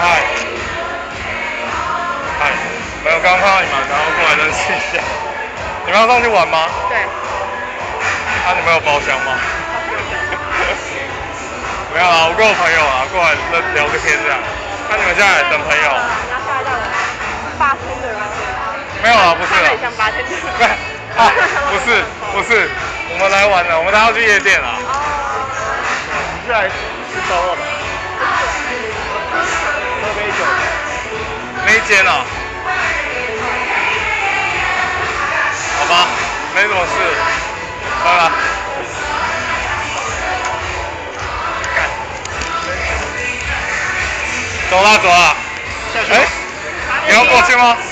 哎刚看到你们，然后过来认识一下。你们要上去玩吗？对，啊，你们有包厢吗？ 没有啊，我跟我朋友啊，过来聊个天这样。那、你们现在等朋友？然后大到了八千的人，没有啊，不是看着啊很，像八千的 不是啊，不是不是，我们来玩了，我们大家要去夜店啊。哦，你是来是找我的？喝杯酒。那一间啊？好吧，没什么事，拜拜。干走啦走啦，哎、你要过去吗？